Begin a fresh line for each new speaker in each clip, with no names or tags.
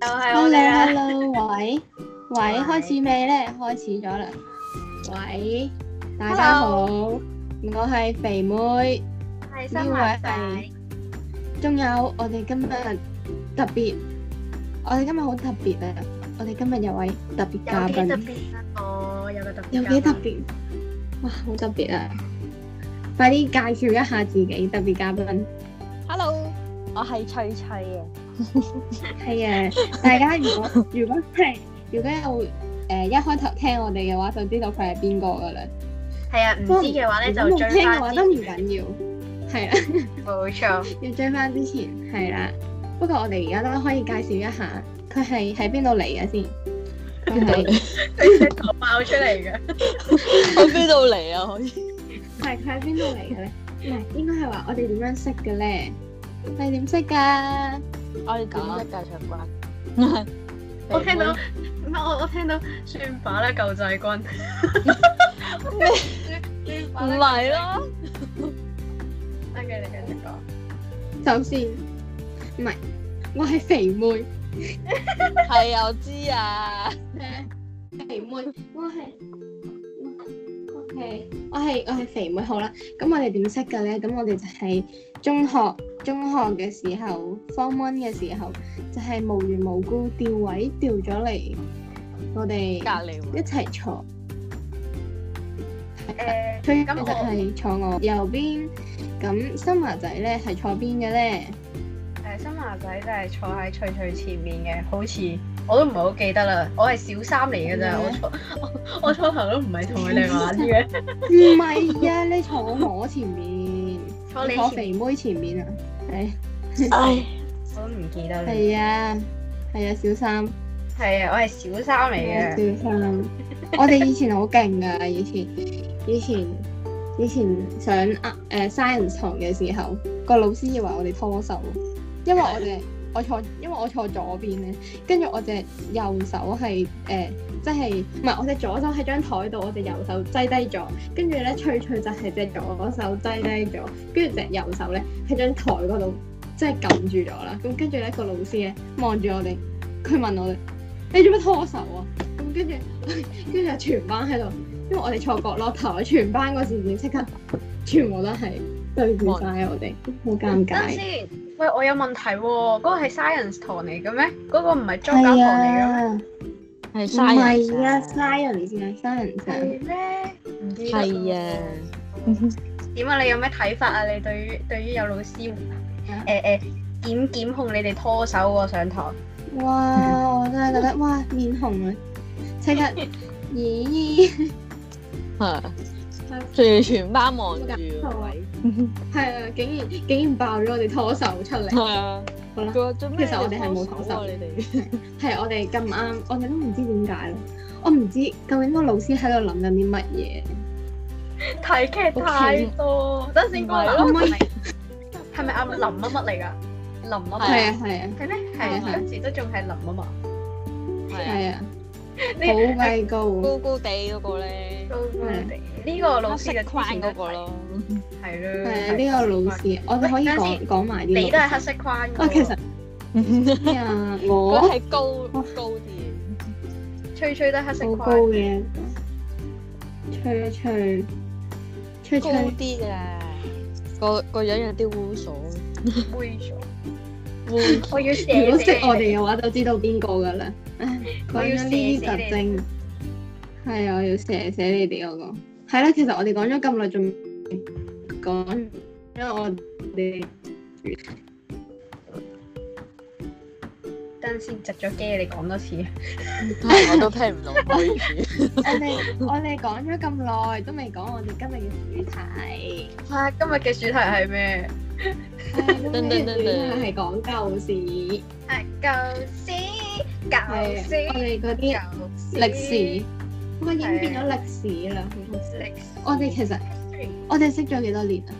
Ờ,
喂喂，開始未咧？開始咗啦。喂，大家好
Hello
我係肥妹，
係
呢
新
位
華仔，
係仲有我哋今日特別，我哋今日好特別啊！我哋今日有位特別嘉
有幾特
賓，
別啊！我有個特別，
有幾特？別？哇，好特別啊！快啲介紹一下自己，特別嘉賓。
Hello，我係翠翠嘅，
係啊，大家如果如果係如果有誒、呃一開頭聽我哋嘅話，就知道佢係邊個噶啦。
係啊，唔知嘅話咧
如
就
果冇
追
聽嘅
翻
話
之
都唔
前
緊要，係啦，
冇錯，
要追翻之前係啦。不過我哋而家都可以介紹一下，佢係喺邊度嚟嘅先？佢係
佢個爆出嚟嘅。
喺邊度嚟啊？可以
係佢喺邊度嚟嘅咧？唔係應該係話我哋點樣識嘅咧？你點識啊㗎？
我哋點識㗎？長關，
我聽到，唔係我我聽到算把啦，救濟軍。算罷啦
唔係咯，
得嘅，你繼續講。
首先唔係，我係肥妹。
係啊，我知啊，
肥妹，我係我係我係我係肥妹，好啦。咁我哋點識嘅咧？咁我哋就係中學中學嘅時候，form one 嘅時候，就係、無緣無故調位調咗嚟，我哋
隔離
一
喎
齊坐。
誒，
佢
咁
就
我
係坐我右邊，咁新華仔咧係坐邊嘅咧？
誒新華仔就係坐喺翠翠前面嘅，好似我都唔係好記得啦。我係小三嚟嘅咋，我初我我初頭都唔係同佢哋玩嘅，
唔係啊，你坐我前面，
坐你
坐
前面
肥妹前面啊，係。
唉，
我都唔記得啦。
係啊，係啊，小三，
係啊，我係小三嚟嘅。
小三，我哋以前好勁噶，以前，以前，以前上呃誒 science 堂嘅時候，個老師以為我哋拖手，因為我哋我坐，因為我坐左邊咧，跟住我隻右手係誒、呃即係唔係我隻左手喺張台度，我隻右手擠低咗，跟住咧翠翠就係隻左手擠低咗，跟住隻右手咧喺張台嗰度即係撳住咗啦，咁跟住咧個老師咧望住我哋，佢問我哋。你做乜拖手啊？咁跟住， 跟住就全班喺度，因為我哋坐角落頭，全班嗰時已經即刻，全部都係對住晒我哋，好尷
等
尬。
先，喂，我有問題喎、嗰、個係 science 堂嚟嘅咩？嗰、個唔係中間堂嚟嘅
係
咩？
啊，
係
唔係啊，science 啊，science 啊。
係咩？唔知道
係。啊，
點啊？你有咩睇法啊？你對於對於有老師啊誒誒檢檢控你哋拖手喎、上堂？
哇！我真係覺得哇，面紅啊，即刻，咦？
係，仲要全班望住
好尷尬啊
喎，
係啊，竟然竟然爆咗我哋拖手出嚟。
係啊，
好啦
佢話做咩？
其實我哋係冇
手
手
啊，你哋
係我哋咁啱，我哋都唔知點解咯。我唔知究竟個老師喺度諗緊啲乜嘢。
睇劇太多，等陣先
唔
講
係
啦
咯。
哦可唔可以？
係咪阿林乜乜嚟㗎？林乜乜
係啊係啊
係咩？
係啊
係
係啊
嗰時都仲係林啊嘛。
係啊
係啊，
呢
好啊鬼高。
高高地嗰個咧，
都呢個老師嘅
黑色框嗰個
個，
咯，
係
係
咯。
啊，呢個老師，我哋可以講講埋啲老師。
你都係黑色框㗎喎。
啊，其實咩啊，我
佢係高高啲。
吹吹都係黑色
好
框
高。嘅，吹吹吹
高
吹，
啲嘅，個個樣有啲猥瑣，
猥瑣
猥
我要寫
如果識
死你
我哋嘅話，就知道邊個噶啦。唉
我
講
要
緊呢啲
射死你
特徵，係啊，我要射死你哋嗰個。係啦，其實我哋講咗咁耐，仲講咗我哋
等先，窒咗機，你講多次。
我都聽唔到，唔好意思。
我哋我哋講咗咁耐，都未講我哋今日嘅主題。
啊，今日嘅主題係咩？
噔噔噔噔，係講舊事，
係舊史，舊史，
係我啊哋嗰啲
舊
歷史，我已經變咗歷史啦。
歷史。
我哋其實我哋識咗幾多年啊？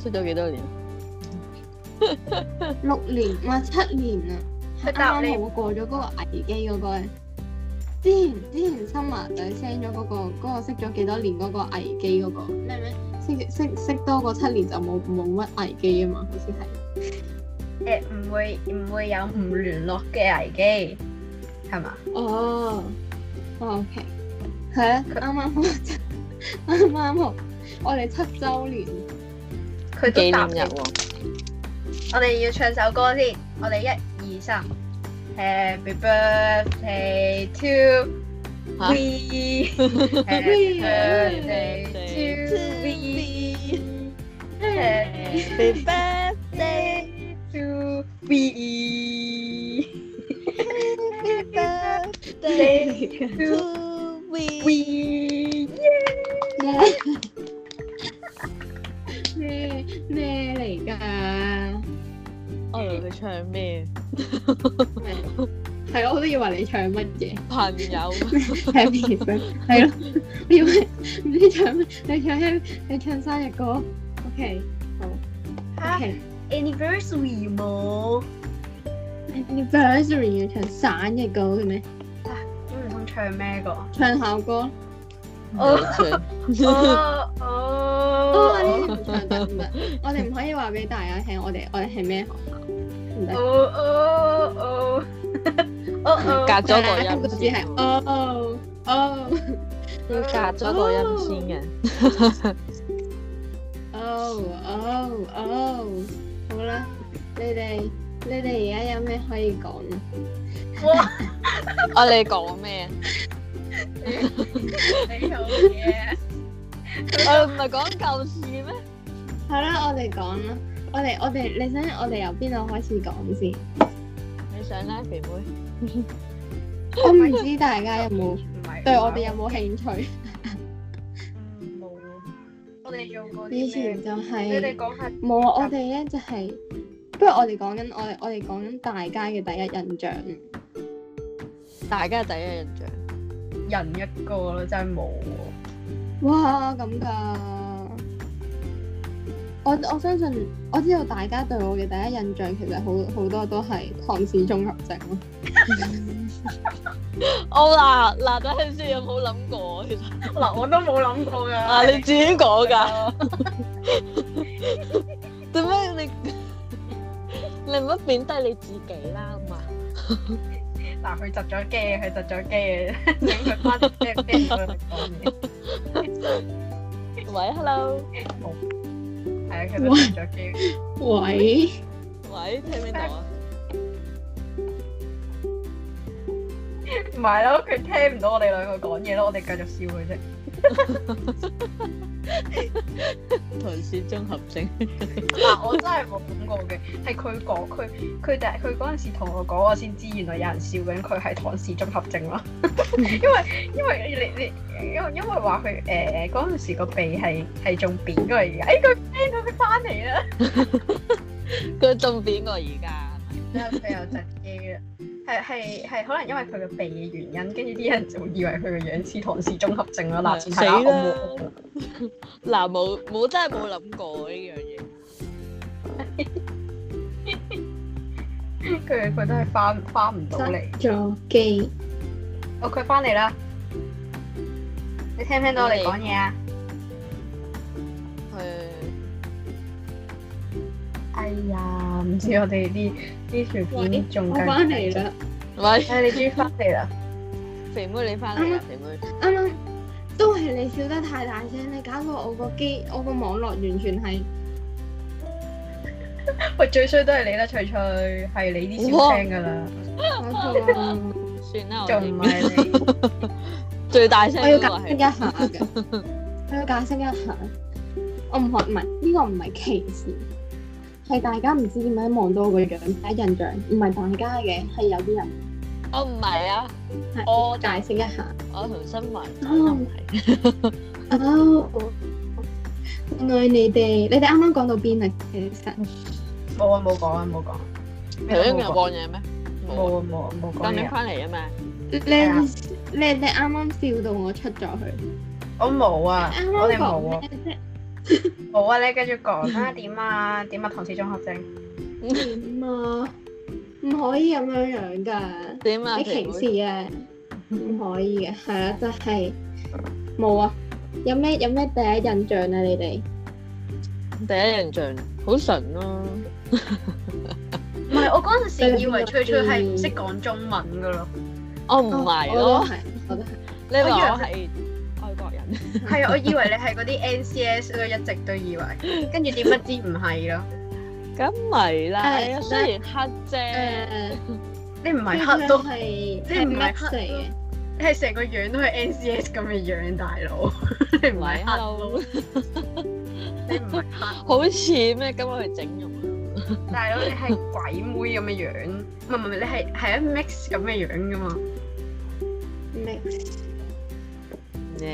識咗幾多年？
六年哇，七年啊！
佢
啱
答你
啱好過咗嗰個危機嗰個。之前之前新華仔 send 咗嗰個嗰個識咗幾多年嗰個危機嗰個咩咩？識識識多過七年就冇冇乜危機啊嘛，好似係。
誒唔會唔會有唔聯絡嘅危機，係嘛？
哦哦，OK，係啊，啱啱 好，啱啱好，我哋七週年，
佢
紀
都答
念日
你。
喎，
我哋要唱首歌先，我哋一二三，Happy birthday to
嚇
we，Happy birthday to we，Happy birthday to we，Happy birthday to we，
咩咩嚟㗎？
我以為佢唱咩？
係咯，我都以為你唱乜嘢。
朋友
Happy birthday，係咯，我以為唔知唱咩，你唱 Happy，你唱生日歌，OK，好
嚇
，OK。
anniversary 冇，
anniversary 要唱散嘅歌嘅咩？
咁唔通唱咩個？
唱校歌，
哦
算
哦
哦，
哦
呢啲唔唱得唔得？我哋唔可以話俾大家聽，我哋我哋係咩學校？唔
哦
得，
哦哦 ờ. 哦
隔
哦，
咗個
大家都
音
只
先
係，哦哦哦
要隔咗個音先嘅。
哦哦哦，好啦，你哋你哋而家有咩可以講啊？
哇！
我哋講咩？
你好嘢，
我唔係講舊事咩？
好啦，我哋講啦，我哋我哋你想我哋由邊度開始講先？
你想啦，肥妹。
我唔知大家有冇
唔係
對我哋有冇興趣？
嗯冇？我哋做過
以
啲咩
前？就
你
係、
哋講下
冇啊！我哋咧就係、不如我哋講緊我哋我哋講緊大家嘅第一印象。
大家第一印象，
人一個咯，真係冇喎。
哇，咁噶！我我相信我知道大家對我嘅第一印象其實好好多都係唐氏綜合症咯。
我嗱嗱等陣先，有冇諗過？其實
嗱，我都冇諗過㗎。
啊，你自己講 㗎，
㗎？
做咩你 你唔好貶低你自己啦好嘛？
嗱，佢窒咗機，佢窒咗 機，整佢翻啲機俾佢講嘢。
喂，hello，
冇。係啊，佢都窒咗機。
喂，
喂，聽唔聽到啊？
唔係咯，佢聽唔到我哋兩個講嘢咯，我哋繼續笑佢啫。
唐氏綜合症，
嗱，我真係冇諗過嘅，係佢講佢佢第佢嗰陣時同我講，我先知原來有人笑緊佢係唐氏綜合症咯。因為因為你你因為因為話佢誒嗰陣時個鼻係係仲扁過而家，誒哎佢聽到佢翻嚟啦，
佢仲扁我而家。
佢又窒機啦。係係係，可能因為佢個鼻嘅原因，跟住啲人就會以為佢個樣似唐氏綜合症啦。嗱，
死
前提啦，我
啦
冇我
嗱，冇冇真係冇諗過呢樣嘢。
冇佢佢都係翻翻唔到嚟。
失咗機。
哦，佢翻嚟啦！你聽唔聽到我哋講嘢啊？
係
哎呀，唔知我哋啲啲條片仲
我
緊
翻嚟啦！
喂，
哎，你終於翻嚟 啦！
肥妹你翻嚟啦，肥妹。
啱啱都係你笑得太大聲，你搞到我個機，我個網絡完全 係
喂，最衰都係你啦，翠翠，係你啲小聲噶啦，
搞錯啊！
算啦，我
仲唔
哋
係你？
最大聲
我要
嗰
解
個
釋一
係
下嘅，我要解釋一下。我唔學唔係呢個唔係歧視，係大家唔知點樣望到我個樣第一印象，唔係大家嘅，係有啲人
我唔係啊，
係
我
解釋一下。
我同新華仔都唔係。
哦，我愛你哋，你哋啱啱講到邊啊？其實
冇啊，冇講啊，冇講。
頭先有講嘢咩？冇啊，
冇啊，冇啊冇講
但你
嘢啊。
翻嚟啊嘛。
你
係啊
你你啱啱笑到我出咗去，
我冇啊，
啱
我哋
啱講
冇啊
咩，啫？
冇啊！你繼續講啦，點啊？點啊？唐氏綜合症。
點啊？唔可以咁樣樣㗎。
點啊？
你
肥妹
歧視啊，唔可以嘅，係啊，就係冇啊。有咩有咩第一印象啊？你哋
第一印象好純咯，
唔係，我嗰陣時以為翠翠係唔識講中文噶咯。
我唔
哦
係
我都
咯，
係，我都係。
你
我以為
話我係外國人，
係啊，我以為你係嗰啲 NCS 咯，一直都以為，跟住點不知唔係咯，
咁咪啦，
誒
係啊雖然黑
誒，
啫，
你唔係
呢
黑
張
都，
係
你
係
唔係
mix 嚟嘅，
你係成個樣都係 NCS 咁嘅樣，大佬， 你唔
唔
係黑咯，
係 hello，
你唔係黑，
好似咩？咁我去整容啦。
大佬你係鬼妹咁嘅樣，唔係唔係，你係係一 mix 咁嘅樣噶嘛，
mix
咧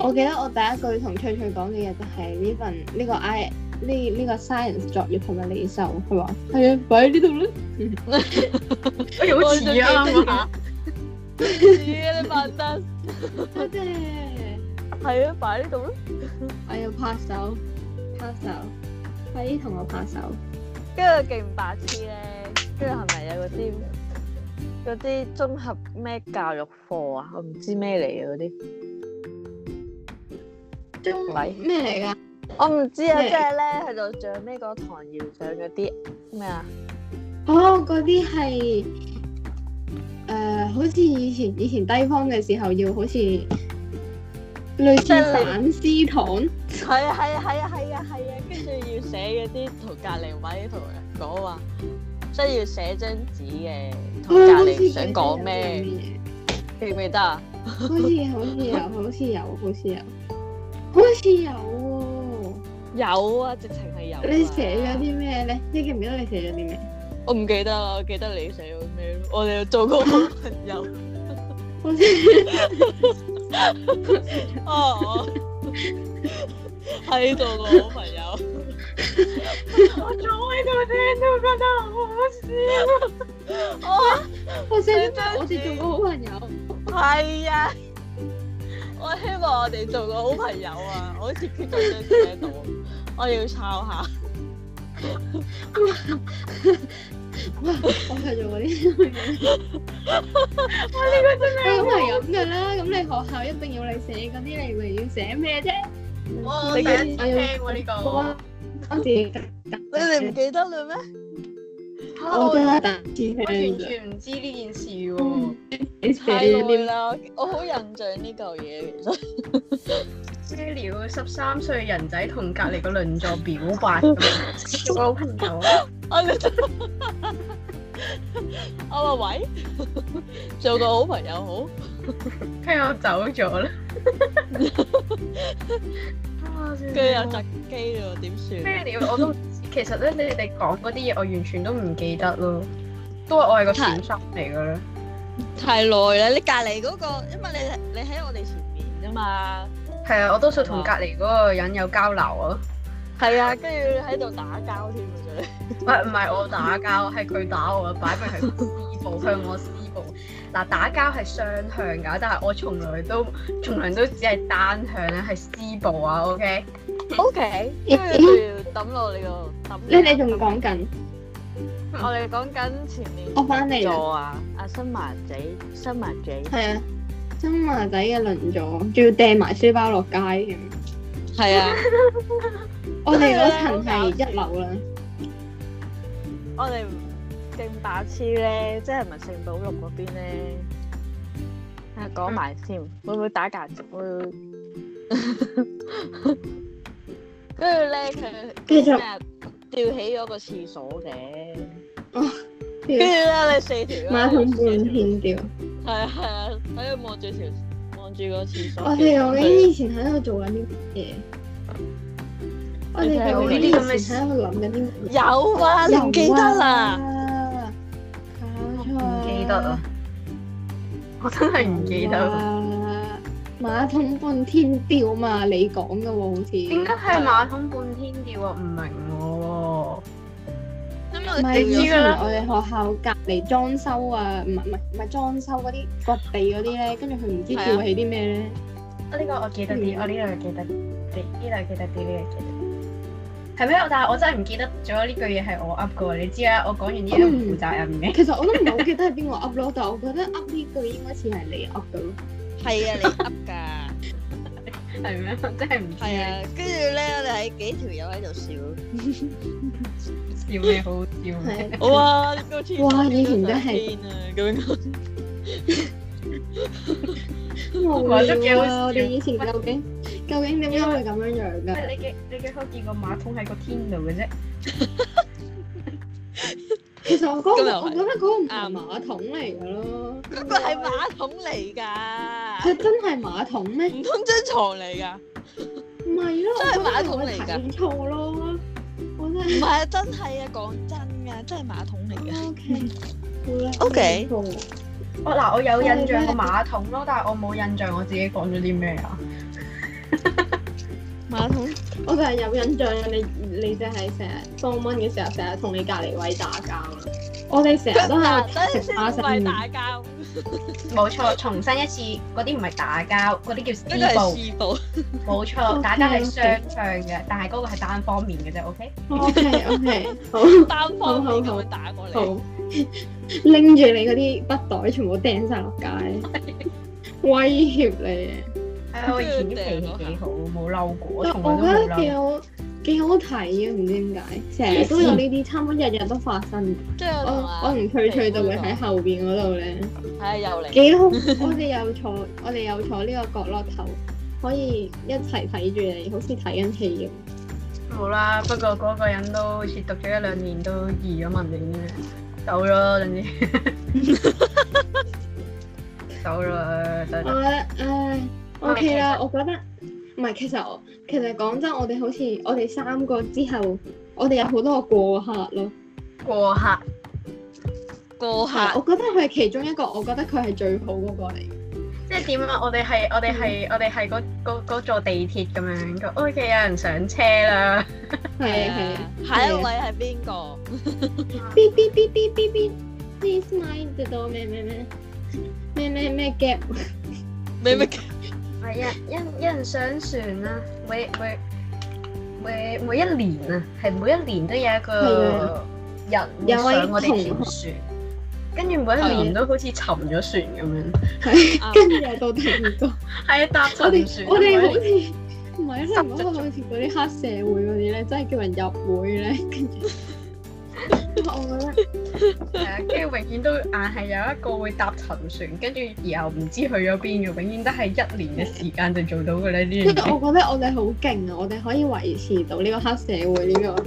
我記得我第一句同翠翠講嘅嘢就係呢份呢個 I 呢呢個 science 作業係咪你收？佢話係啊，擺喺呢度啦。
哎呀好似啊啱啱
咦你扮得
多謝，
係啊，擺呢度咯。
我要拍手，拍手，快啲同我拍手。
跟住勁白痴咧，跟住係咪有嗰啲嗰啲綜合咩教育課啊？我唔知咩嚟嘅嗰啲，喂
咩嚟㗎？
我唔知啊。
咩
即係咧，去到最尾嗰堂要上嗰啲咩啊？
哦，嗰啲係誒，好似以前以前低方嘅時候要好似類似
即係你
反思堂。
係啊係啊係啊係啊係啊，跟住要寫嗰啲同隔離位啊同人講話，即係要寫張紙嘅，同隔
哦
離想講 咩，記唔記得啊？
好似好似有，好似有，好似有，好似有喎、
有啊，直情係有啊。
你寫咗啲咩咧？你記唔記得你寫咗啲咩？
我唔記得啦，我記得你寫咗咩咯。我哋做過好朋友。
好似
哦，喺度個好朋友，
我仲喺度聽都覺得好好
哦，
我寫咗咩？我哋做過好朋友。
係啊，我希望我哋做個好朋友啊，我好似缺咗張紙喺度，啊我要抄下，
哇！我係做過啲咁嘅嘢。哇！呢個真係咁係咁㗎啦。咁你學校一定要你寫嗰啲，你咪要寫咩啫？
笑。我第一次
啊
聽喎呢個
我。我自己得，
你哋唔記得嘞咩？
我真係得
我完全唔知呢件事
嗯
喎，
你
太
寫
耐
啲
啦，我好印象呢嚿嘢，其實
咩料？十三歲人仔同隔離個鄰座表 白咁樣，做個好朋友啊！
我哋我話喂，做個好朋友好，
跟住我走咗 啦。啊
跟住又窒機喎，點算
咩？料？我都其實咧，你哋講嗰啲嘢，我完全都唔記得咯。都係我係個損失嚟㗎啦。
太耐啦，你隔離嗰個，因為你你喺我哋前面啫嘛。
係啊，我多數同隔離嗰個人有交流啊。
係啊，跟住喺度打交添啊！最
唔係唔係我打交，係佢打我，擺明係施暴向我施暴。嗱，打交係雙向㗎，但係我從來都從來都只係單向咧，係施暴啊，OK？
O K，跟住就要抌落你個抌。
你你仲講緊？
我哋講緊前面
我翻嚟啦。
座啊，阿新麻仔，新麻仔，
係啊，新麻仔嘅鄰座，仲要掟埋書包落街咁。
係啊，
我哋嗰層係一樓啦，
我哋勁白痴咧，即係咪聖保祿嗰邊咧？啊，講埋先，會唔會打架？會唔會。跟住咧，佢
繼續
咩啊吊起咗個廁所嘅，跟住
條
咧你四條
馬桶半
四條
掀掉。
係啊係啊，喺度望住條望住個廁所。
我哋究竟以前喺度做緊啲乜嘢？我哋究竟以前喺度諗緊啲乜嘢？
有啊，你唔記得啦？
啦，搞錯
唔記得啊！，我真係唔記得啦。
啦。馬桶半天吊嘛，你講嘅喎，好似
點解係馬桶半天吊啊？唔明
因
唔
為
係
你
以
知㗎
前
啦
我哋學校隔離裝修啊，唔係唔係唔係裝修嗰啲掘地嗰啲咧，跟住佢唔知
係啊
吊起啲咩咧。
哦喎。呢個我記得啲，
嗯
我呢度記得啲，呢度記得啲，呢度記得啲。係咩？但係我真係唔記得咗呢句嘢係我噏嘅喎。你知啦，我講完呢啲都唔負責任嘅。
其實我都唔係好記得係邊個 up 咯，但係我覺得 up 呢句應該似係你 up 嘅咯。
係啊，你噏㗎。
係咩？我 真係唔知
係
你
啊，跟住咧，我哋喺幾條友喺度笑。
笑咩好笑咩。
係。
哇！個廁所 ờ,
哇以前真係
邊啊，咁樣。
無
話都幾
聊
好
啊！
笑
我哋以前究竟究竟點解會咁樣樣㗎？
喂，你幾你幾可見個馬桶喺個天度嘅啫？
其實我嗰、
今日
個，
係
我覺得嗰個唔係馬桶嚟㗎咯。
嗰個係馬桶嚟㗎
佢，真係馬桶咩？
唔通張床嚟㗎？
唔係咯，
真係
我覺得
馬桶嚟㗎
我睇錯咯，我真
唔
係
係啊，真係啊，講真㗎，真係馬桶嚟嘅。
O K。
OK
好啦
我嗱，我有印象個馬桶咯，但係我冇印象我自己講咗啲咩啊。
馬桶
我就係有印象，你你就係成日放蚊嘅時候，成日同你隔離位打交。啊我哋成日都
嗱，
係
等陣
食
先
花
唔
生
係打交，
冇錯，重申一次，嗰啲唔係打交，嗰啲叫
呢個
施
係試步。
暴。冇
OK，
錯，打交係雙向嘅，但係嗰個係單方面嘅啫。OK，
O K O K，好
單方面咁樣打過嚟，
好，拎住你嗰啲筆袋全部掟晒落街，威脅你。
係啊我以前啲脾氣幾好，冇嬲過，
但
從
我覺
來都冇
得幾
嬲。
好幾好睇啊！唔知點解，成日都有呢啲，差唔多日日都發生。
即係
我
同
我
啊，
唔趣趣就會喺後邊嗰度咧。
係啊又嚟，
幾好！我哋又坐，我哋又坐呢個角落頭，可以一齊睇住你，好似睇緊戲
冇啦，不過嗰個人都好似讀咗一兩年都移咗民定咩，走咗，總之 走咗，走
咁。
咗。
我唉，OK 啦，我覺得唔係，其實我其實講真，我哋好似我哋三個之後，我哋有好多個過客咯。
過客
過客
係，我覺得佢係其中一個，我覺得佢係最好嗰個嚟。
即係點啊？我哋係我哋係我哋係嗰嗰嗰座地鐵咁樣，個 O K 有人上車啦，
à,
係啊係啊，
下一位係邊個？
嗶嗶嗶嗶嗶嗶，Please mind the door 咩咩咩咩咩咩 gap，
咩咩？
係一一一人上船啦，每每每每一年啊，係每一年都有一個人會
有位
上我哋條
同
船，跟住每一年都好似沉咗船咁樣，
係跟住又到第二個。
係啊搭
我
沉
哋
船。
我哋好
每一年
似唔係啊，你唔好話好似嗰啲黑社會嗰啲咧，真係叫人入會咧， 跟住我覺得
係啊，跟住永遠都硬啊係有一個會搭沉船，跟住然後唔知去咗邊嘅，永遠都係一年嘅時間就做到嘅咧呢
即
樣
係
嘢。
我覺得我哋好勁啊！我哋可以維持到呢個黑社會呢、個，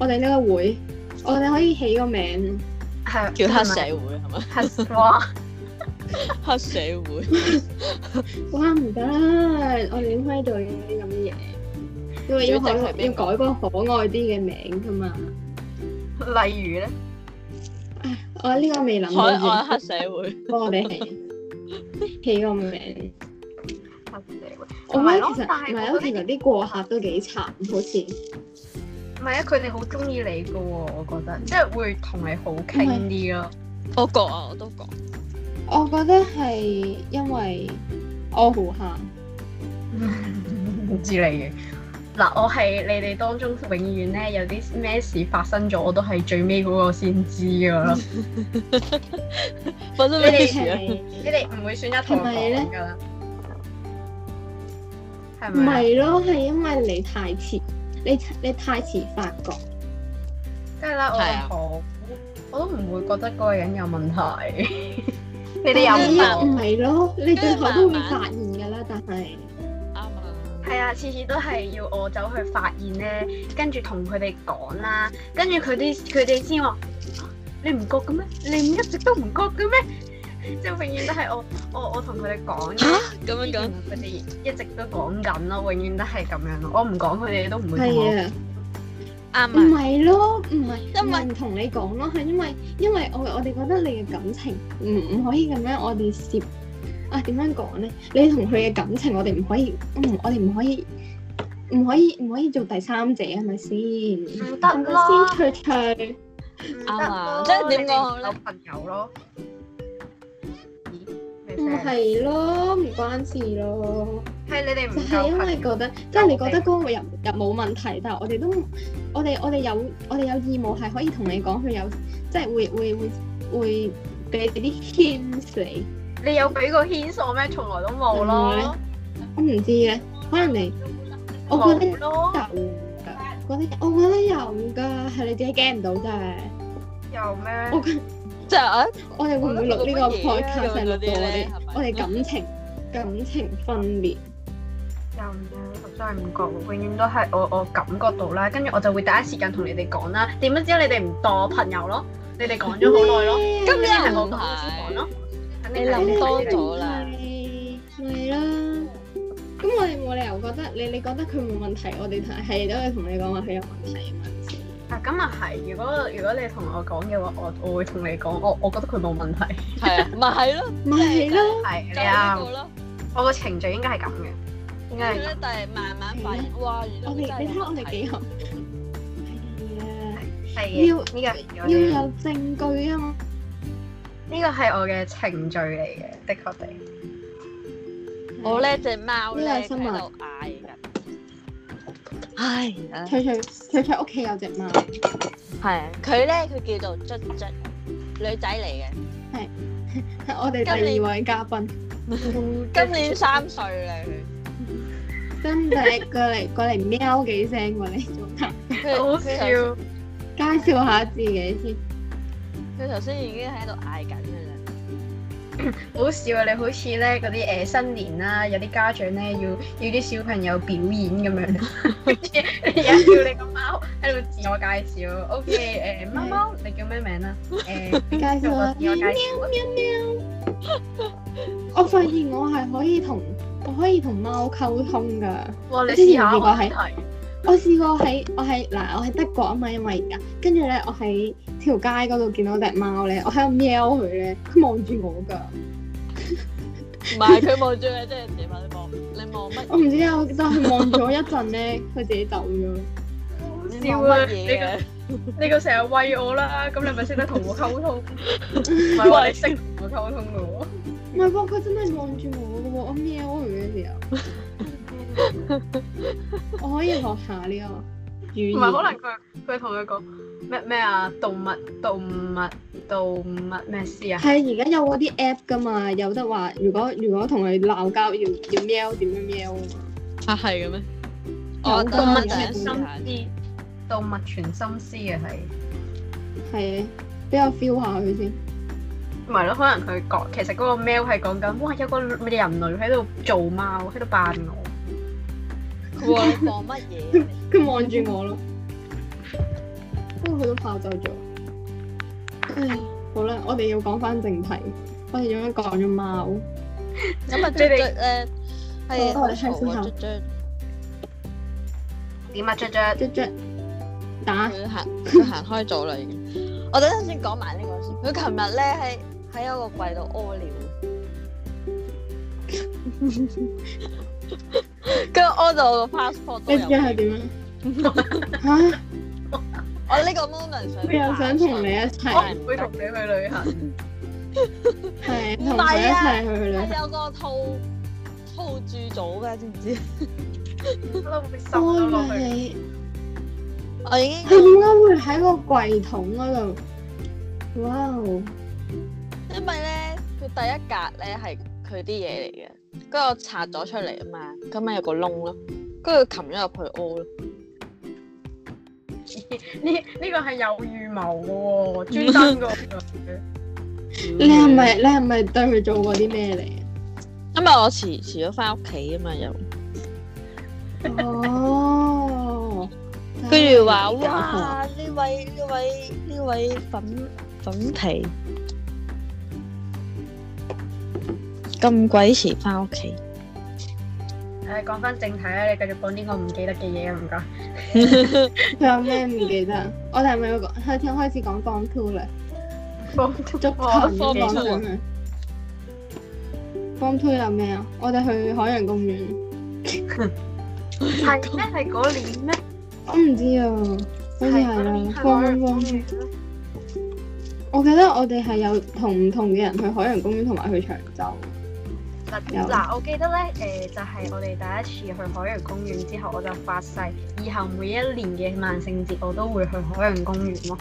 我哋呢個會，我哋可以起個名，
係
叫黑社會係嘛？
黑哇！
黑社會
哇唔得啦！我哋點可以做呢啲咁嘅嘢？因為要可
主席係
要
邊個
改個可愛啲嘅名噶嘛。
例如咧，
我呢個未諗到
海外
住，
黑社會，
幫我哋起起個名。
黑社會
我
同
覺
埋
得
咯
其實
但
唔係
係
啊，
我覺
其
得
實啲過客都幾慘，好似
唔係啊，佢哋好中意你噶喎，我覺得，即係會同你好傾
嗯
啲 咯。
我覺啊，我都覺。
我覺得係因為我好客，
唔知你嘅嗱，我係你哋當中永遠咧有啲咩事發生咗，我都係最尾嗰個先知噶咯。
發生
你
咩
哋
事啊？
係
你哋唔會選擇同我
嗯係咪呢
講噶啦，係
唔
咪啊？
係咯？係因為你太遲，你你太遲發覺，
梗係啦，
係啊
我都好，我都唔會覺得嗰個人有問題。 你哋
有
唔
有
問
冇
題？
係咯？你最後都
因
會
為慢慢
發現㗎啦，但係
啱啊！
係啊，次次都係要我走去發現咧，跟住同佢哋講啦，跟住佢哋佢哋先話、啊你唔覺嘅咩？你唔一直都唔覺嘅咩？ 即係永遠都係我我我同佢哋講
嚇
嘅，
咁樣講，
佢哋一直都講緊咯，永遠都係咁樣咯。我唔講佢哋都唔會同我
係啊，唔
啱啊！
係咯，唔係
因
唔
為
係唔同你講咯，係因為因為我我哋覺得你嘅感情唔唔可以咁樣，我哋涉啊點樣講咧？你同佢嘅感情，我哋唔可以，嗯，我哋唔可以。唔可以唔可以做第三者係咪先？
唔
係
得咯，
咪先？翠翠，
唔
啱
得
啊
咯，
即係點講好
你哋
咧
有朋友咯。咦咩聲
唔嗯係咯，唔關事咯。
係你哋唔
就係
夠
因
朋
為
友，
覺得，即係你覺得嗰個人又冇問題，但係我哋都，我哋我哋有我哋有義務係可以同你講，佢有即係會會會會俾啲 hints 你。
你有俾個 hint 我咩？從來都冇
唔會
咯，
我唔知嘅，可能你，我覺得有
冇咯。
㗎，覺得我覺得有㗎，係你自己 get 唔到啫。
有咩？
我覺
即係啊，
我哋會唔會錄呢個
啊
podcast 係
嗰
錄
啲
過我哋
咧
我哋感情感情分裂？
又唔知，真係唔覺，永遠都係我我感覺到啦，跟住我就會第一時間同你哋講啦。點不知你哋唔當我朋友咯，你哋講咗好耐咯，
咩啊
今日係我講先講咯，肯定係
你諗多
哋
咗啦
係咪啦？咁我哋冇理由覺得你你覺得佢冇問題，我哋係都係同你講話佢有問題啊嘛。
啊，咁啊係，如果如果你同我講嘅話，我我會同你講，我我覺得佢冇問題。
係啊，咪係咯，
咪係咯，
係，你
就係呢
啱
個。咯。
我個程序應該係咁嘅，應
跟
該係咁。
住咧，但係慢慢發現，哇，原來
我哋
真
你
係
睇
有
下我
問
哋
題
幾好。係啊，
係
要
嘅，呢個係我
要
嘅
有證據啊嘛。
呢個係我嘅程序嚟嘅，的確地。
我咧只貓咧
呢
喺
個新聞
度嗌緊，唉，
翠翠翠翠屋企有隻貓，
係佢咧，佢叫做卒卒，女仔嚟嘅。
係我哋第二位嘉賓。
今年三歲啦，
真係過嚟過嚟喵幾聲過嚟做客，
佢
好
佢
笑，
佢頭
介紹下自己先。
佢頭先已經喺度嗌緊嘅啦。
好笑啊！你好似咧嗰啲誒新年啦，有啲家長咧要要啲小朋友表演咁 樣，跟住又叫你個貓喺度自我介紹。O K 誒，貓貓你叫咩名啊？誒，
介紹
做個
下
自
喵
我介
喵
紹啊。
喵。我發現我係可以同我可以同貓溝通㗎。
哇！你試下我
之前
係
我試過喺我係嗱，我喺德國啊嘛，因為而家跟住咧，我喺條街嗰度見到只貓咧，我喺度喵佢咧，佢望住我㗎。
唔係佢望住你，即係點啊？你望你望乜
我唔知啊，我就係望咗一 陣咧，佢自己走咗。
好
嘢？你
笑
望
啊！
乜
你
嘢
個
嘅？
你個成日喂我啦，咁你咪識得同我 溝通，唔係話你識同我溝通嘅喎。
唔係喎，佢真係望住我㗎喎，我喵佢嘅時候，我可以學下呢個語言。
唔係，可能佢佢同佢講咩咩啊，動物動物動物咩事啊？
係而家有嗰啲 app 㗎嘛，有得話如果如果同佢鬧交要要喵點樣喵啊嘛。
啊係嘅咩？
有
我
㗎
等我
動物
等
全
陣
心
試下
思，動物全心思嘅係，
係，啊俾我 feel 下佢先。
唔係咯？可能佢講，其實嗰個喵係講緊，哇！有個人類喺度做貓，喺度扮我。
佢話你望乜嘢？
佢望住我咯，不過佢都跑走咗。
嗯
唉，好啦，我哋要講翻正題。我哋點樣講咗貓？
咁啊，卒
你
卒
哋
咧係好
我哋聽
嘈
先
啊！
嚇
卒卒
點啊，雀雀？
雀雀打
佢行佢行開咗啦已經。我等陣先講埋呢個先。佢琴日咧喺喺一個櫃度屙尿，跟住屙到我個 passport 都
你
有
知係
味。
點啊？ 嚇！
我呢個 moment 想
佢又想同你一齊，
哦
我唔會同你去旅行。
係
唔
同佢一
係啊
齊去旅行。
係有個套套住咗嘅，知唔知？
我會滲
啊
咗落
我以
去。
為你
我已經
佢點解會喺個櫃桶嗰度？哇哦！
因為咧，佢第一格咧係佢啲嘢嚟嘅，跟住我拆咗出嚟啊嘛，咁咪有個窿咯，跟住佢擒咗入去屙咯。
呢呢個係有預謀嘅喎，專登嘅 喎。
你係咪你係咪對佢做過啲咩嚟啊？
因為我遲遲咗翻屋企啊嘛，又
啊哦，
跟住話
搞錯
哇呢位呢位呢位粉粉皮咁鬼遲翻屋企，
誒，講翻正題啦，你繼續講呢個唔記得嘅嘢啊，唔 該。
佢有咩唔記得？啊我哋係咪要講開始開始講 Form Two 啦？
放
足球
哇
唔
Form
記
Two
得
啊
啦。Form Two 有咩啊？我哋去海洋公園。
係咩？係嗰年咩？
我唔知啊，
哎
好似係啦。Form Form，我記得我哋係有同唔同嘅人去海洋公園同埋去長洲。
嗱
有
嗱，我記得咧，誒、就係、我哋第一次去海洋公園之後，我就發誓以後每一年嘅萬聖節我都會去海洋公園咯。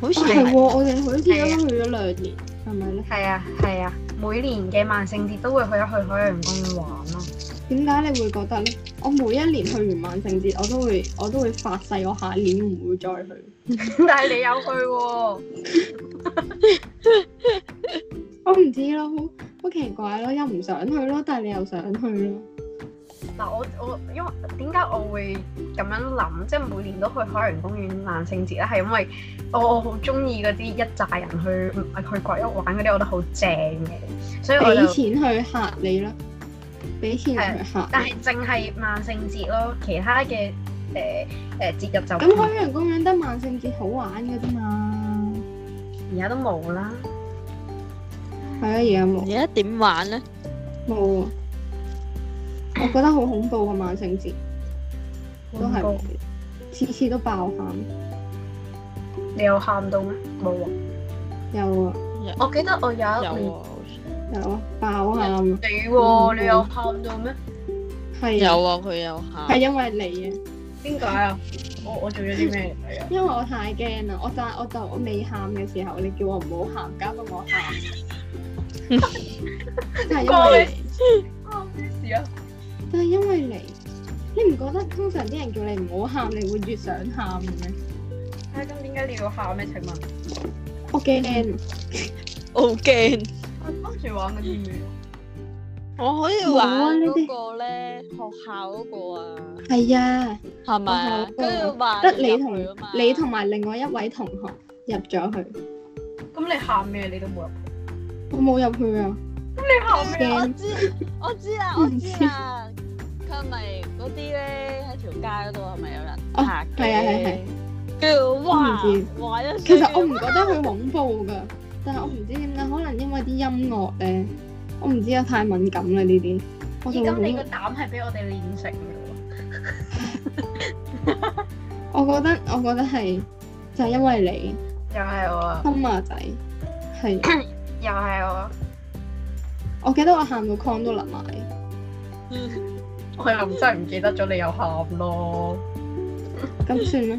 好似
哦係喎，
係
我哋好似都去咗兩年，係咪咧？
啊係啊，係啊，每年嘅萬聖節都會去一去海洋公園玩咯。
點解你會覺得咧？我每一年去完萬聖節，我都會我都會發誓，我下年唔會再去。
但係你有去喎，
我唔知咯，好好奇怪咯，又唔想去咯，但係你又想去咯。
嗱我我因為點解我會咁樣諗，即係每年都去海洋公園萬聖節咧，係因為我我好中意嗰啲一紮人去嗯去鬼屋玩嗰啲，我覺得好正嘅，所以我
俾
就
錢去嚇你啦，俾錢去嚇
但
你。
係淨係萬聖節咯，其他嘅誒誒節日就
咁海洋公園得萬聖節好玩嘅啫嘛，
而家都冇啦。
係啊，而家冇
而家點玩咧？
冇啊！我覺得好恐怖啊！萬聖節都係
恐怖
次次都爆喊，
你有喊到咩？冇啊！
有啊
我記得我有
有
一年
啊，
有啊爆喊啊，
你
冇
喎，你有喊到咩？
係啊
有啊，佢有下
係因為你啊。
點解啊？我我做咗啲 咩嚟啊？
因為我太驚啊啦，我就我就我未喊嘅時候，你叫我唔好喊，搞到我 喊，就係因為
啊咩事啊？
你，就係因為你，你唔覺得通常啲人叫你唔好喊，你會越想喊嘅咩？
啊咁點解你要喊咧？請問
我驚，
好驚。
我當時玩緊啲咩？
我可以
冇啊
玩
呢
嗰
啲
個咧，學校嗰個啊，
係啊，
係咪
學校
啊
嗰？個
跟住話
得你
入去啊
同
嘛
你同埋另外一位同學入咗去，
咁你喊咩？你都冇入。
我冇入去啊，
你喊咩？
我知我知啦，我知啦。佢係咪嗰啲咧喺條街嗰度係咪有人
哦
拍嘅？
係啊係係。
跟住哇
我唔知
哇一
其實我唔覺得佢恐怖㗎，但係我唔知點解，可能因為啲音樂咧，我唔知啊，太敏感啦呢啲，我就
咦
會
咁
好
你個膽係俾我哋練成嘅
我覺得我覺得係就係因為
喎。又係我啊
你！心啊仔係，
又係我啊！
我記得我喊到 con 都甩埋，
我又真係唔記得咗你有喊咯。
咁算啦。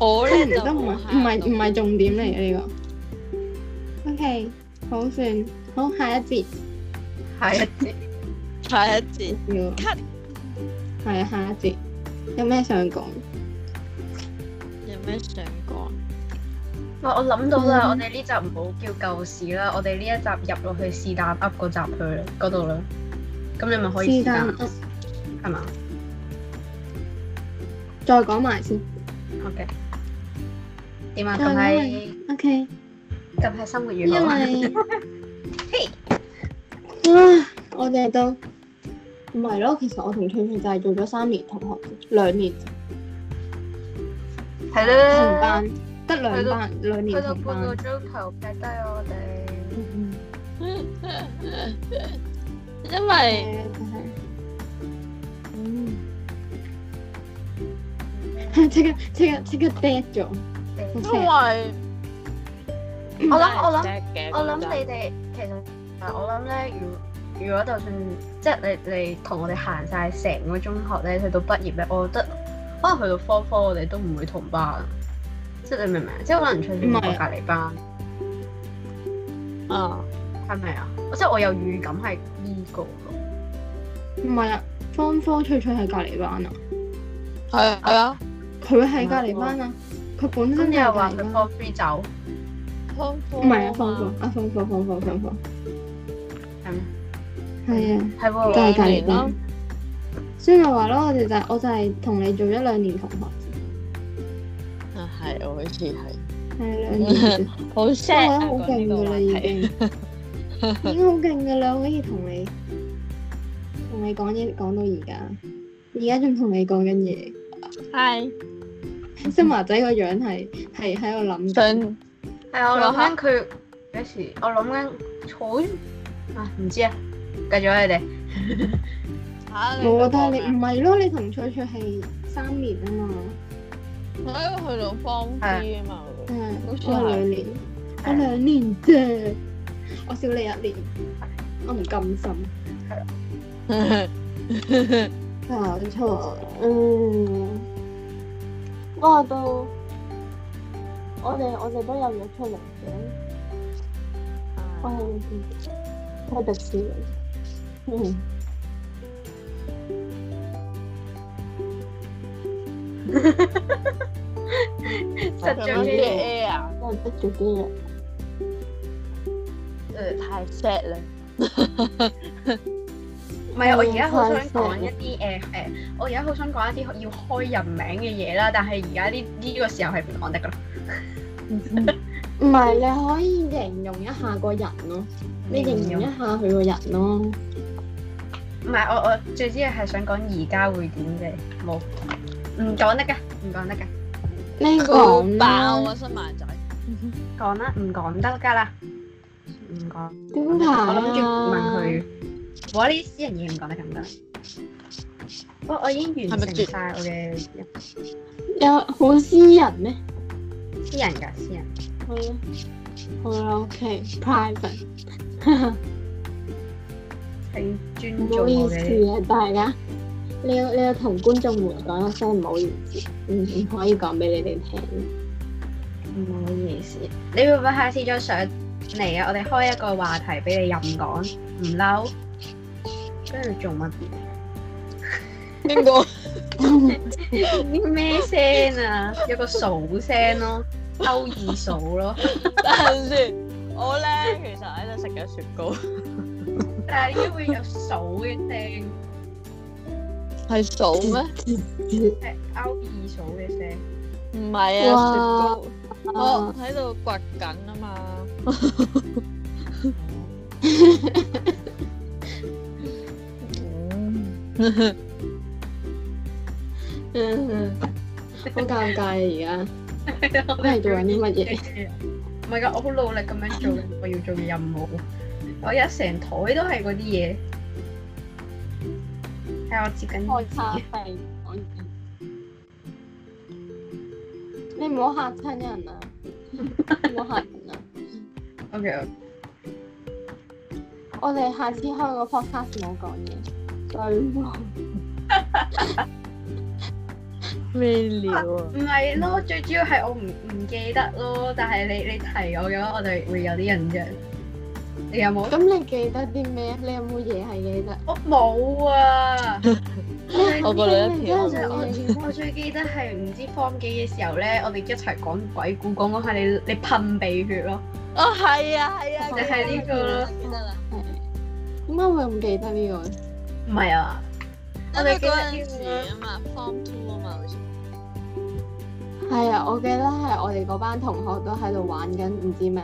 我
雖
咧
然
就
都唔係唔係唔係重點嚟嘅呢個。OK，好算好，下一節
係啊，
下一節
要
Cut
係啊，下一節有咩想講？
有咩想講？
我我諗到啦，
嗯
我哋呢集唔好叫舊事啦，我哋呢一集入落去是但噏嗰集去啦嗰度啦。咁你咪可以
是但
噏係嘛
再講埋先。
？OK。點啊？
但
咁
係
喺
OK，
咁喺生活
因
娛樂啊，
為啊，我哋都唔係咯。其實我同翠翠就係做咗三年同學啫，兩年
係
同
啦。
班，得兩班兩
去
年
到
同
半
班
個。鐘頭劈低我哋。
嗯
因為
嗯就係
嗯
即刻即刻即刻 dead 咗。
因
OK，
為
我諗我諗
諗
我諗你哋其實嗱，我諗咧，如如果就算即係你你同我哋行晒成個中學咧，去到畢業咧，我覺得可能去到科科我哋都唔會同班，即係你明唔啊明？即係可能隨便我
唔係
隔離班，
哋啊，
係咪啊？即係我有預感係呢個咯。
唔係啊，方科翠翠係隔離班啊，
係係啊，
佢係隔離班啊，佢本
咁
身
你
就係
又
隔
話
離
佢
班。
科 three 走
方科
唔係啊，方
方
科啊，方科方科方科，
係咩？
係啊，
係
就係
喎，
隔離
咯
班。所以咪話咯，我哋就係我就係同你做咗兩年同學，
啊係，我好似係
係兩年啫，
好
我覺
sad
得
啊
好
講呢
勁
個
噶
話
啦，已
題
經已經好勁噶啦，可以同你同你講嘢講到而家，而家仲同你講緊嘢。
係
新華仔個樣係係喺度諗緊，
想
係啊，我諗緊佢有時，我諗緊好啊，唔知啊，繼續啊，你哋
嚇你
冇啊！但係
講
你唔係咯，你同翠翠係三年啊嘛，
咩我喺去到方 P 啊嘛，會
嗯，我
好似係
兩年，
係
我兩年啫，我少你一年，我唔甘心搞錯，嗯，我到我哋我哋都有約出嚟嘅，我係我係迪士尼，嗯，
實最緊要
真係
咁樣嘅 air
逼住啲嘅。
誒
太 sad 啦。
唔係，我而家好想講一啲誒誒，我而家好想講一啲要開人名嘅嘢啦，但係而家呢呢個時候係唔講得噶啦。
唔係，你可以形容一下個人咯，你形容一下佢個人咯。
唔係，我我最主要係想講而家會點啫，冇唔講得㗎，唔講得㗎，
你
好
講
爆
啦，
啊，新馬仔。
講啦，唔講得㗎啦，唔講。
點解啊
我諗住問佢，我呢啲私人嘢唔講得咁得。我我已經完成晒我嘅
有好私人咩？
私人㗎，私人。
好啦，好啦，OK，private，
請尊
唔
重
好意
我嘅。
思啊，大家，你要你要同觀眾們講一聲唔好意思，唔唔可以講俾你哋聽。
唔好意 思，你會唔會下次再上嚟啊？我哋開一個話題俾你任講，唔嬲。跟住做乜嘢？
邊個？
啲咩聲啊？有個數聲咯，勾二數咯。
等陣先，我咧其實喺度食緊雪糕，
但係應該會有數嘅聲，
係數咩？
係勾二數嘅聲。
唔係啊，雪糕，我
啊
喺度掘緊啊嘛。嗯
嗯，好尷尬啊！
我
而家，你係做緊啲乜嘢？
唔係㗎，我好努力咁樣做緊我要做嘅任務。我而家成台都係嗰啲嘢，係我接緊
開咖啡，講嘢你唔好嚇親人啊！唔好嚇人啊！
O K，
我哋下次開個 podcast 冇講嘢，對喎。
咩料啊？
唔係咯，最主要係我唔唔記得咯。但係你你提我嘅話，我就會有啲印象。你有冇？
咁你記得啲咩？你有冇嘢係記得？
我冇啊！
我個女一條
真
即
係
係
冇嘢記
我我最記得係唔知 form 幾嘅時候咧，我哋一齊講鬼故，講講下你你噴鼻血咯。
哦，係啊，係啊，
就
係呢個咯
記得啦。
係點解會唔記得呢個？
唔係啊，我
因為
哋記得
嗰陣
呢個
時啊嘛，form two 啊嘛，好似
係啊，我記得係我哋嗰班同學都喺度玩緊，唔知咩。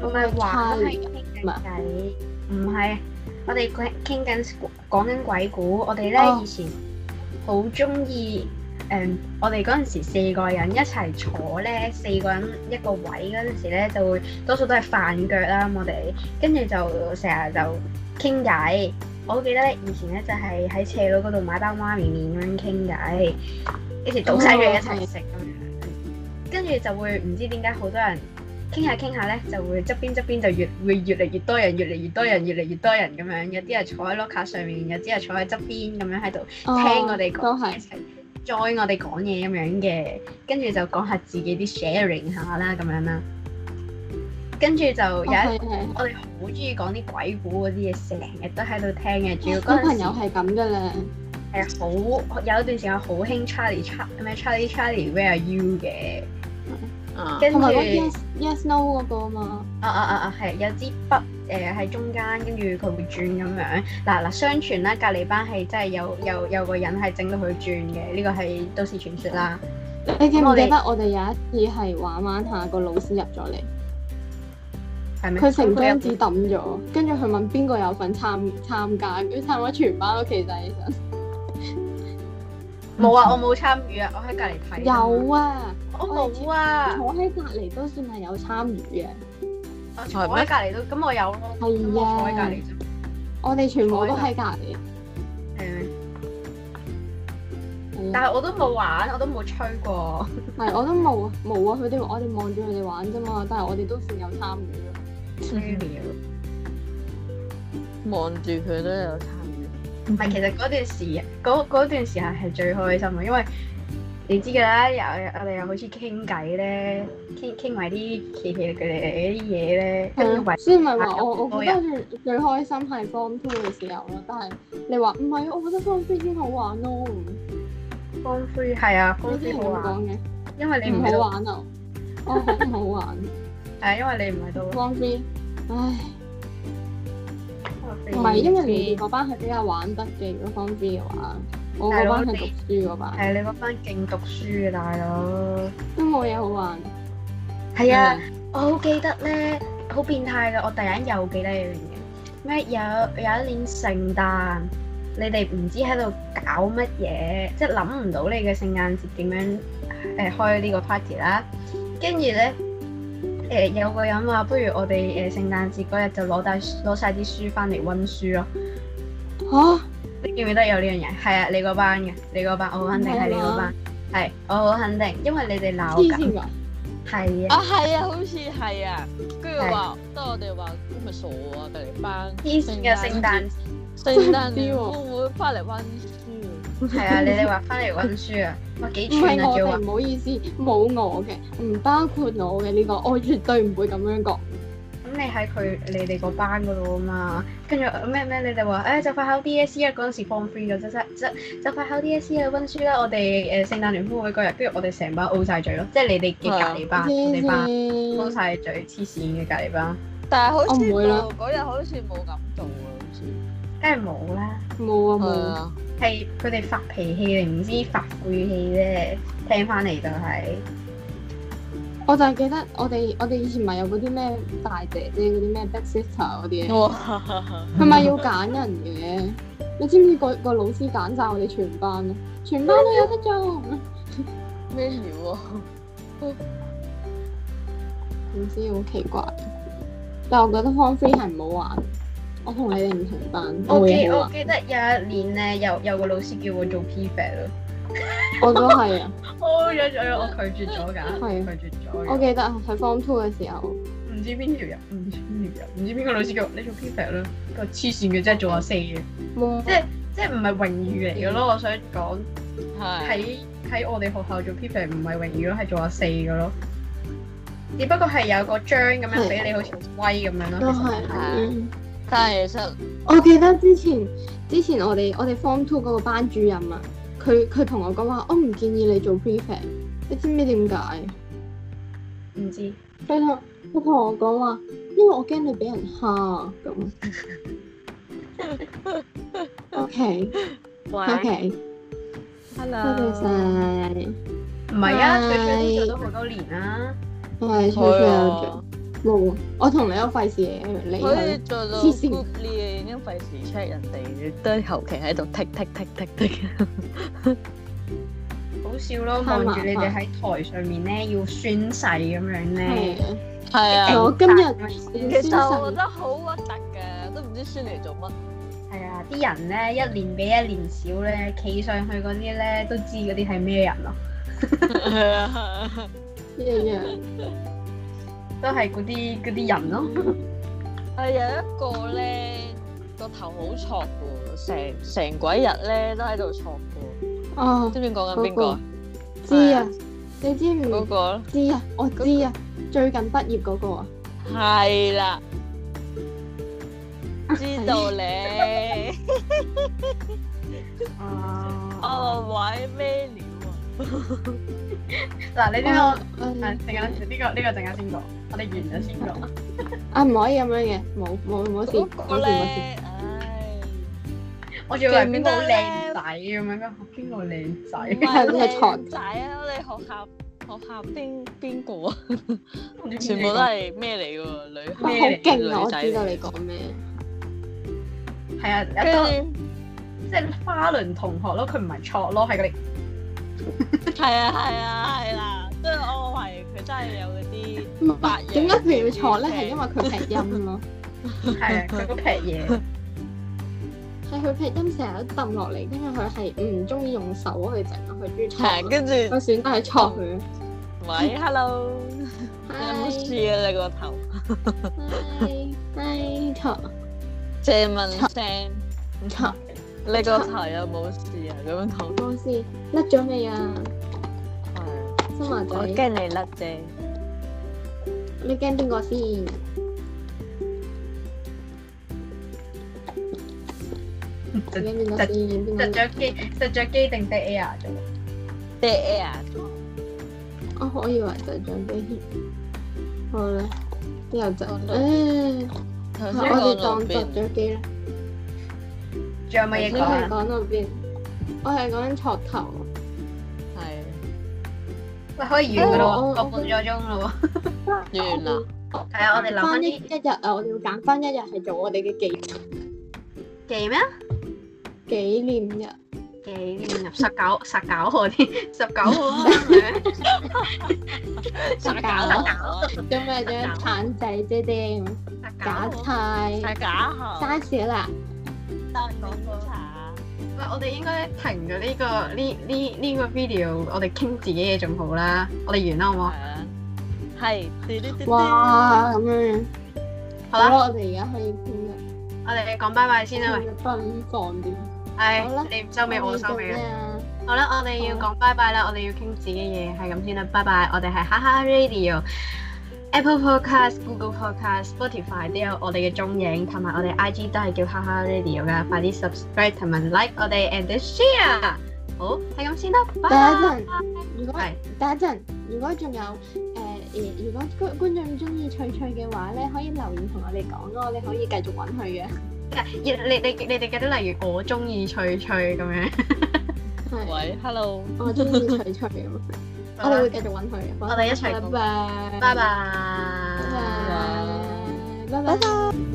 唔係話係傾緊
嘛
偈，唔係我哋傾傾緊講緊鬼故。我哋咧
哦
以前好中意誒，我哋嗰陣時四個人一齊坐咧，四個人一個位嗰陣時咧，就會多數都係飯腳啦。我哋跟住就成日就傾偈。我記得咧，以前咧就係喺斜路嗰度買包媽咪麵咁樣傾偈，一時倒晒佢一齊食咁樣。跟住就會唔知點解好多人傾下傾下咧，就會側邊側邊就越會越嚟越多人，越嚟越多人，越嚟越多人咁樣。有啲人坐喺 locker 上面，有啲人坐喺側邊咁樣喺度聽我哋
哦
講，
都
一
係。
齊 join 我哋講嘢咁樣嘅。跟住就講下自己啲 sharing 下啦咁樣啦。跟住就有
哦
一
係係。
我哋好中意講啲鬼故嗰啲嘢，成日都喺度聽嘅。主要
小
嗰陣
哦朋
時
友係咁噶啦，
係好有一段時間好興 Charlie Charlie 咩 Charlie Charlie Where Are You 嘅，
啊，
跟
嗯同埋嗰
住
yes。yes no 嗰個啊嘛，
啊啊啊啊，係有支筆誒喺中間，跟住佢會轉咁樣。嗱嗱，相傳啦，隔離班係真係有有有個人係整到佢轉嘅，呢個係都市傳說啦。
你記唔記得
咁
我哋有一次係玩玩下個老師入咗嚟，
係咪？
佢成
張
張紙抌咗，跟住佢問邊個有份參參加，跟住差唔多全班都企晒起身。
冇啊！我冇參與啊，我喺隔離睇。
有啊，
我冇啊！
坐喺隔離都算係有參與嘅。
我坐喺隔離都咁，我有咯。咁
係
我坐喺隔
啊
離，啫，
我哋全部都喺隔離。啊
係咪？
係
但
啊
係我都冇玩，我都冇吹過。
係我都冇啊冇啊！佢哋我哋望住佢哋玩啫嘛，但係我哋都算有參與咯。
吹了。
嗯
望住佢都有參與。
唔係，其實嗰段時嗰嗰段時間係最開心嘅，因為你知㗎啦，又我哋又好似傾偈咧，傾傾埋啲奇奇佢哋啲嘢咧，跟住圍
嗯啊所以咪話我我覺得最最開心係啊 form two 嘅時候咯，但係你話唔係，我覺得 form three 先好玩咯。
光灰係啊，光
呢
灰
啲
好
好
玩，
講嘅，
因為你
唔
唔喺
好
度，
玩啊！哦，好唔好玩？
係啊因為你唔喺度。
光 free，唉，唔
唔
係因為你哋嗰班係比較玩得嘅，如果 form free 嘅話，我嗰班係讀書嗰班，
係你嗰班勁讀書嘅大佬。
都冇嘢好玩。嗯
係啊，我好記得咧，好變態嘅。我突然間又記得一樣嘢，咩有有一年聖誕，你哋唔知喺度搞乜嘢，即係諗唔到你嘅聖誕節點樣誒、呃、開呢個 party 啦。跟住咧誒有個人話，不如我哋呃誒聖誕節嗰日就攞帶攞曬啲書翻嚟温書咯。
嚇，
你記唔記得有呢樣嘢？係啊，你嗰班嘅，你嗰班，我好肯定係你嗰班。係，我好肯定，因為你哋鬧
哦黐
緊
線。㗎！
係啊，
啊，係啊，好似係啊，跟住話，得我哋話，咁咪傻啊，隔離班
黐線嘅聖誕。
聖
真
誕
係唔知
聯
喎
歡會翻嚟温書，
係啊，你哋話翻嚟温書啊，哇幾
唔
串
係
啊，仲
我
要話
哋唔好意思，冇我嘅，唔包括我嘅呢個，我絕對唔會咁樣講。
咁你喺佢你哋嗰班嗰度啊嘛，跟住咩咩你哋話誒就快考 DSE 啊啦，嗰陣時放 free 咗，即即即就快考 DSE 啦，啊温書啦，我哋誒聖誕聯歡會嗰日，跟住我哋成班 O 晒嘴咯，即係你哋嘅隔離班，啊你哋班 O
黐線，
晒嘴，黐線嘅隔離班，
但係好似
我唔會啦
冇啊嗰日好似冇咁做啊，好似
梗係冇啦，
冇
係
嗯
啊
啊，
係佢哋發脾氣定唔知發晦氣啫，聽翻嚟就係、
冇，我就係記得我哋我哋以前咪有嗰啲咩大姐姐嗰啲咩 big sister 嗰啲嘢，
哇，
係咪要揀人嘅？你知唔知個個老師揀晒我哋全班啊？全班都有得做，
咩料啊？
唔知好奇怪。但係我覺得 form three 係唔好玩，我同你哋唔同班，
我
冇
記
嘢好
我
玩，
記得有一年咧，有有個老師叫我做 P f a 咯。
我都係啊，
我哦有咗，我拒絕咗㗎，
係啊
拒絕咗
我
㗎。
記得喺 form two 嘅時候。
唔知邊條人，唔知邊條人，唔知邊個老師叫我你做 p r 啦，個黐線嘅真係做阿四嘅，
冇
即係唔係榮譽嚟嘅
嗯
咯。我想講
係
喺喺我哋學校做 p r 唔係榮譽咯，係做阿四嘅咯。只不過係有個章咁樣俾你，好似威咁樣
都
咯。
係。嗯
但係其實
我記得之前之前我哋我哋 form two 嗰個班主任啊，佢佢同我講話，我唔建議你做 prefect，你知唔知點解？
其實唔知
佢同佢同我講話，因為我驚你俾人蝦咁。O K
喂
O K，多謝晒，
唔係啊，
係
翠翠都做咗好多年啦。
我係 Sue
係啊
Sue 冇，我同你都費事嘢，你
佢
係
做到
黐線
good 啲嘅，已經費事 check 人哋，都後期喺度剔剔剔剔剔。
好笑咯，
太麻
望
煩
住你哋喺台上面咧，要宣誓咁樣咧。
係啊
係
係
啊，
我今
日
日
其實我覺得好核突嘅，都唔知孫嚟做乜。
係啊，啲人咧一年比一年少咧，企上去嗰啲咧都知嗰啲係咩人咯，
係啊，
一樣。
都係嗰啲嗰啲人咯。
係有一個咧個頭好挫嘅，成成鬼日咧都喺度挫嘅。
哦，
知唔知講緊邊個啊？
知啊，你知唔
嗰個咯
知啊，我知啊，最近畢業嗰個啊，
係啦，知道你。
哦，
哦，喂，咩料啊？
嗱，你
哦
呢個
唉
啊係陣間呢個呢個陣間先講，我哋完咗先講。
啊唔可以咁樣嘅，冇冇冇事，
嗰
冇
個
事冇事，
咧，唉，
我仲以為邊個好靚仔咁樣，邊個靚
唔
仔？
係
你係
靚仔啊！你學校學校邊邊個 啊？全部都係咩嚟㗎？女
哇
咩
好
嚟
勁啊！
女
我
仔
知道
嚟
你講咩，
係啊，
跟
有
住
即係花輪同學咯，佢唔係錯咯，係佢哋
係啊係啊係啦，即係我懷疑佢真係有嗰啲
唔
白
係
嘢
點解佢要錯咧？係因為佢劈音咯，
係啊，佢嗰撇 嘢。
係佢劈音成日都揼落嚟，跟住佢係唔中意用手去整，佢中意
係
錯，
跟住
佢選擇係錯佢。
喂，hello，你有冇事啊？你個頭
係係錯
借問聲，
錯，
你個頭有冇事啊？咁樣講，
我先甩咗未啊？
係
新華
我
仔，
驚你甩啫。
你驚邊個先？你驚邊個先？邊個
實
先？
着機實着機定 dead air 啫喎。
dead air
我可以話就獎杯添。好啦，之後就
講
誒，
到
唉
頭
我
先講
哋
到
當作
邊？
咗機啦。
仲有
你
乜嘢講
係
嗯
啊？
講到邊？我係講緊噱頭。
係
喂，可以完噶
我
哦
咯
我
喎，個半咗鐘咯
完啦，
喎。係啊，我哋諗翻
翻一一
啲
日啊，我哋要揀翻一日係做我哋嘅紀
記咩啊？
紀念日。
記念日十九十九號 啲十九號啊係咪
撒
撒
搞，
搞
做咩做咩
撒搞
橙仔啫啫，
十
假
九號。
菜，
係假後，
嘥少啦。
但講到茶，
喂，我哋應該停咗呢個呢呢呢個 video，我哋傾自己嘢仲好啦。我哋完啦，好唔
係
好？
啊，係，嘟嘟嘟嘟
哇，咁樣。
好
好
啦，
啦，我哋而家可以傾啦。
我哋講拜拜先啦，喂。
奔放啲。
唉
好啦，
你收尾我收
做
尾
咩
啊。
啊？
好啦，我哋要講拜拜啦，我哋要傾自己嘢，係咁先啦，拜拜。我哋係哈哈 Radio、Apple Podcast、Google Podcast、Spotify 都有我哋嘅蹤影，同埋我哋 IG 都係叫哈哈 Radio 噶，快啲 subscribe 同埋 like 我哋 and share。好，係咁先啦，拜
等一陣，如果
拜。
等一陣，如果仲有誒誒、如果觀觀眾中意翠翠嘅話咧，可以留言同我哋講咯，我哋可以繼續揾佢嘅。
係，你你你你哋記得例如我中意翠翠咁樣，
係，
喂，hello，
我中意翠 翠咁，我哋會繼續揾佢嘅。
我哋一齊講
拜拜，
拜拜，
拜
拜
拜，拜拜。
拜拜。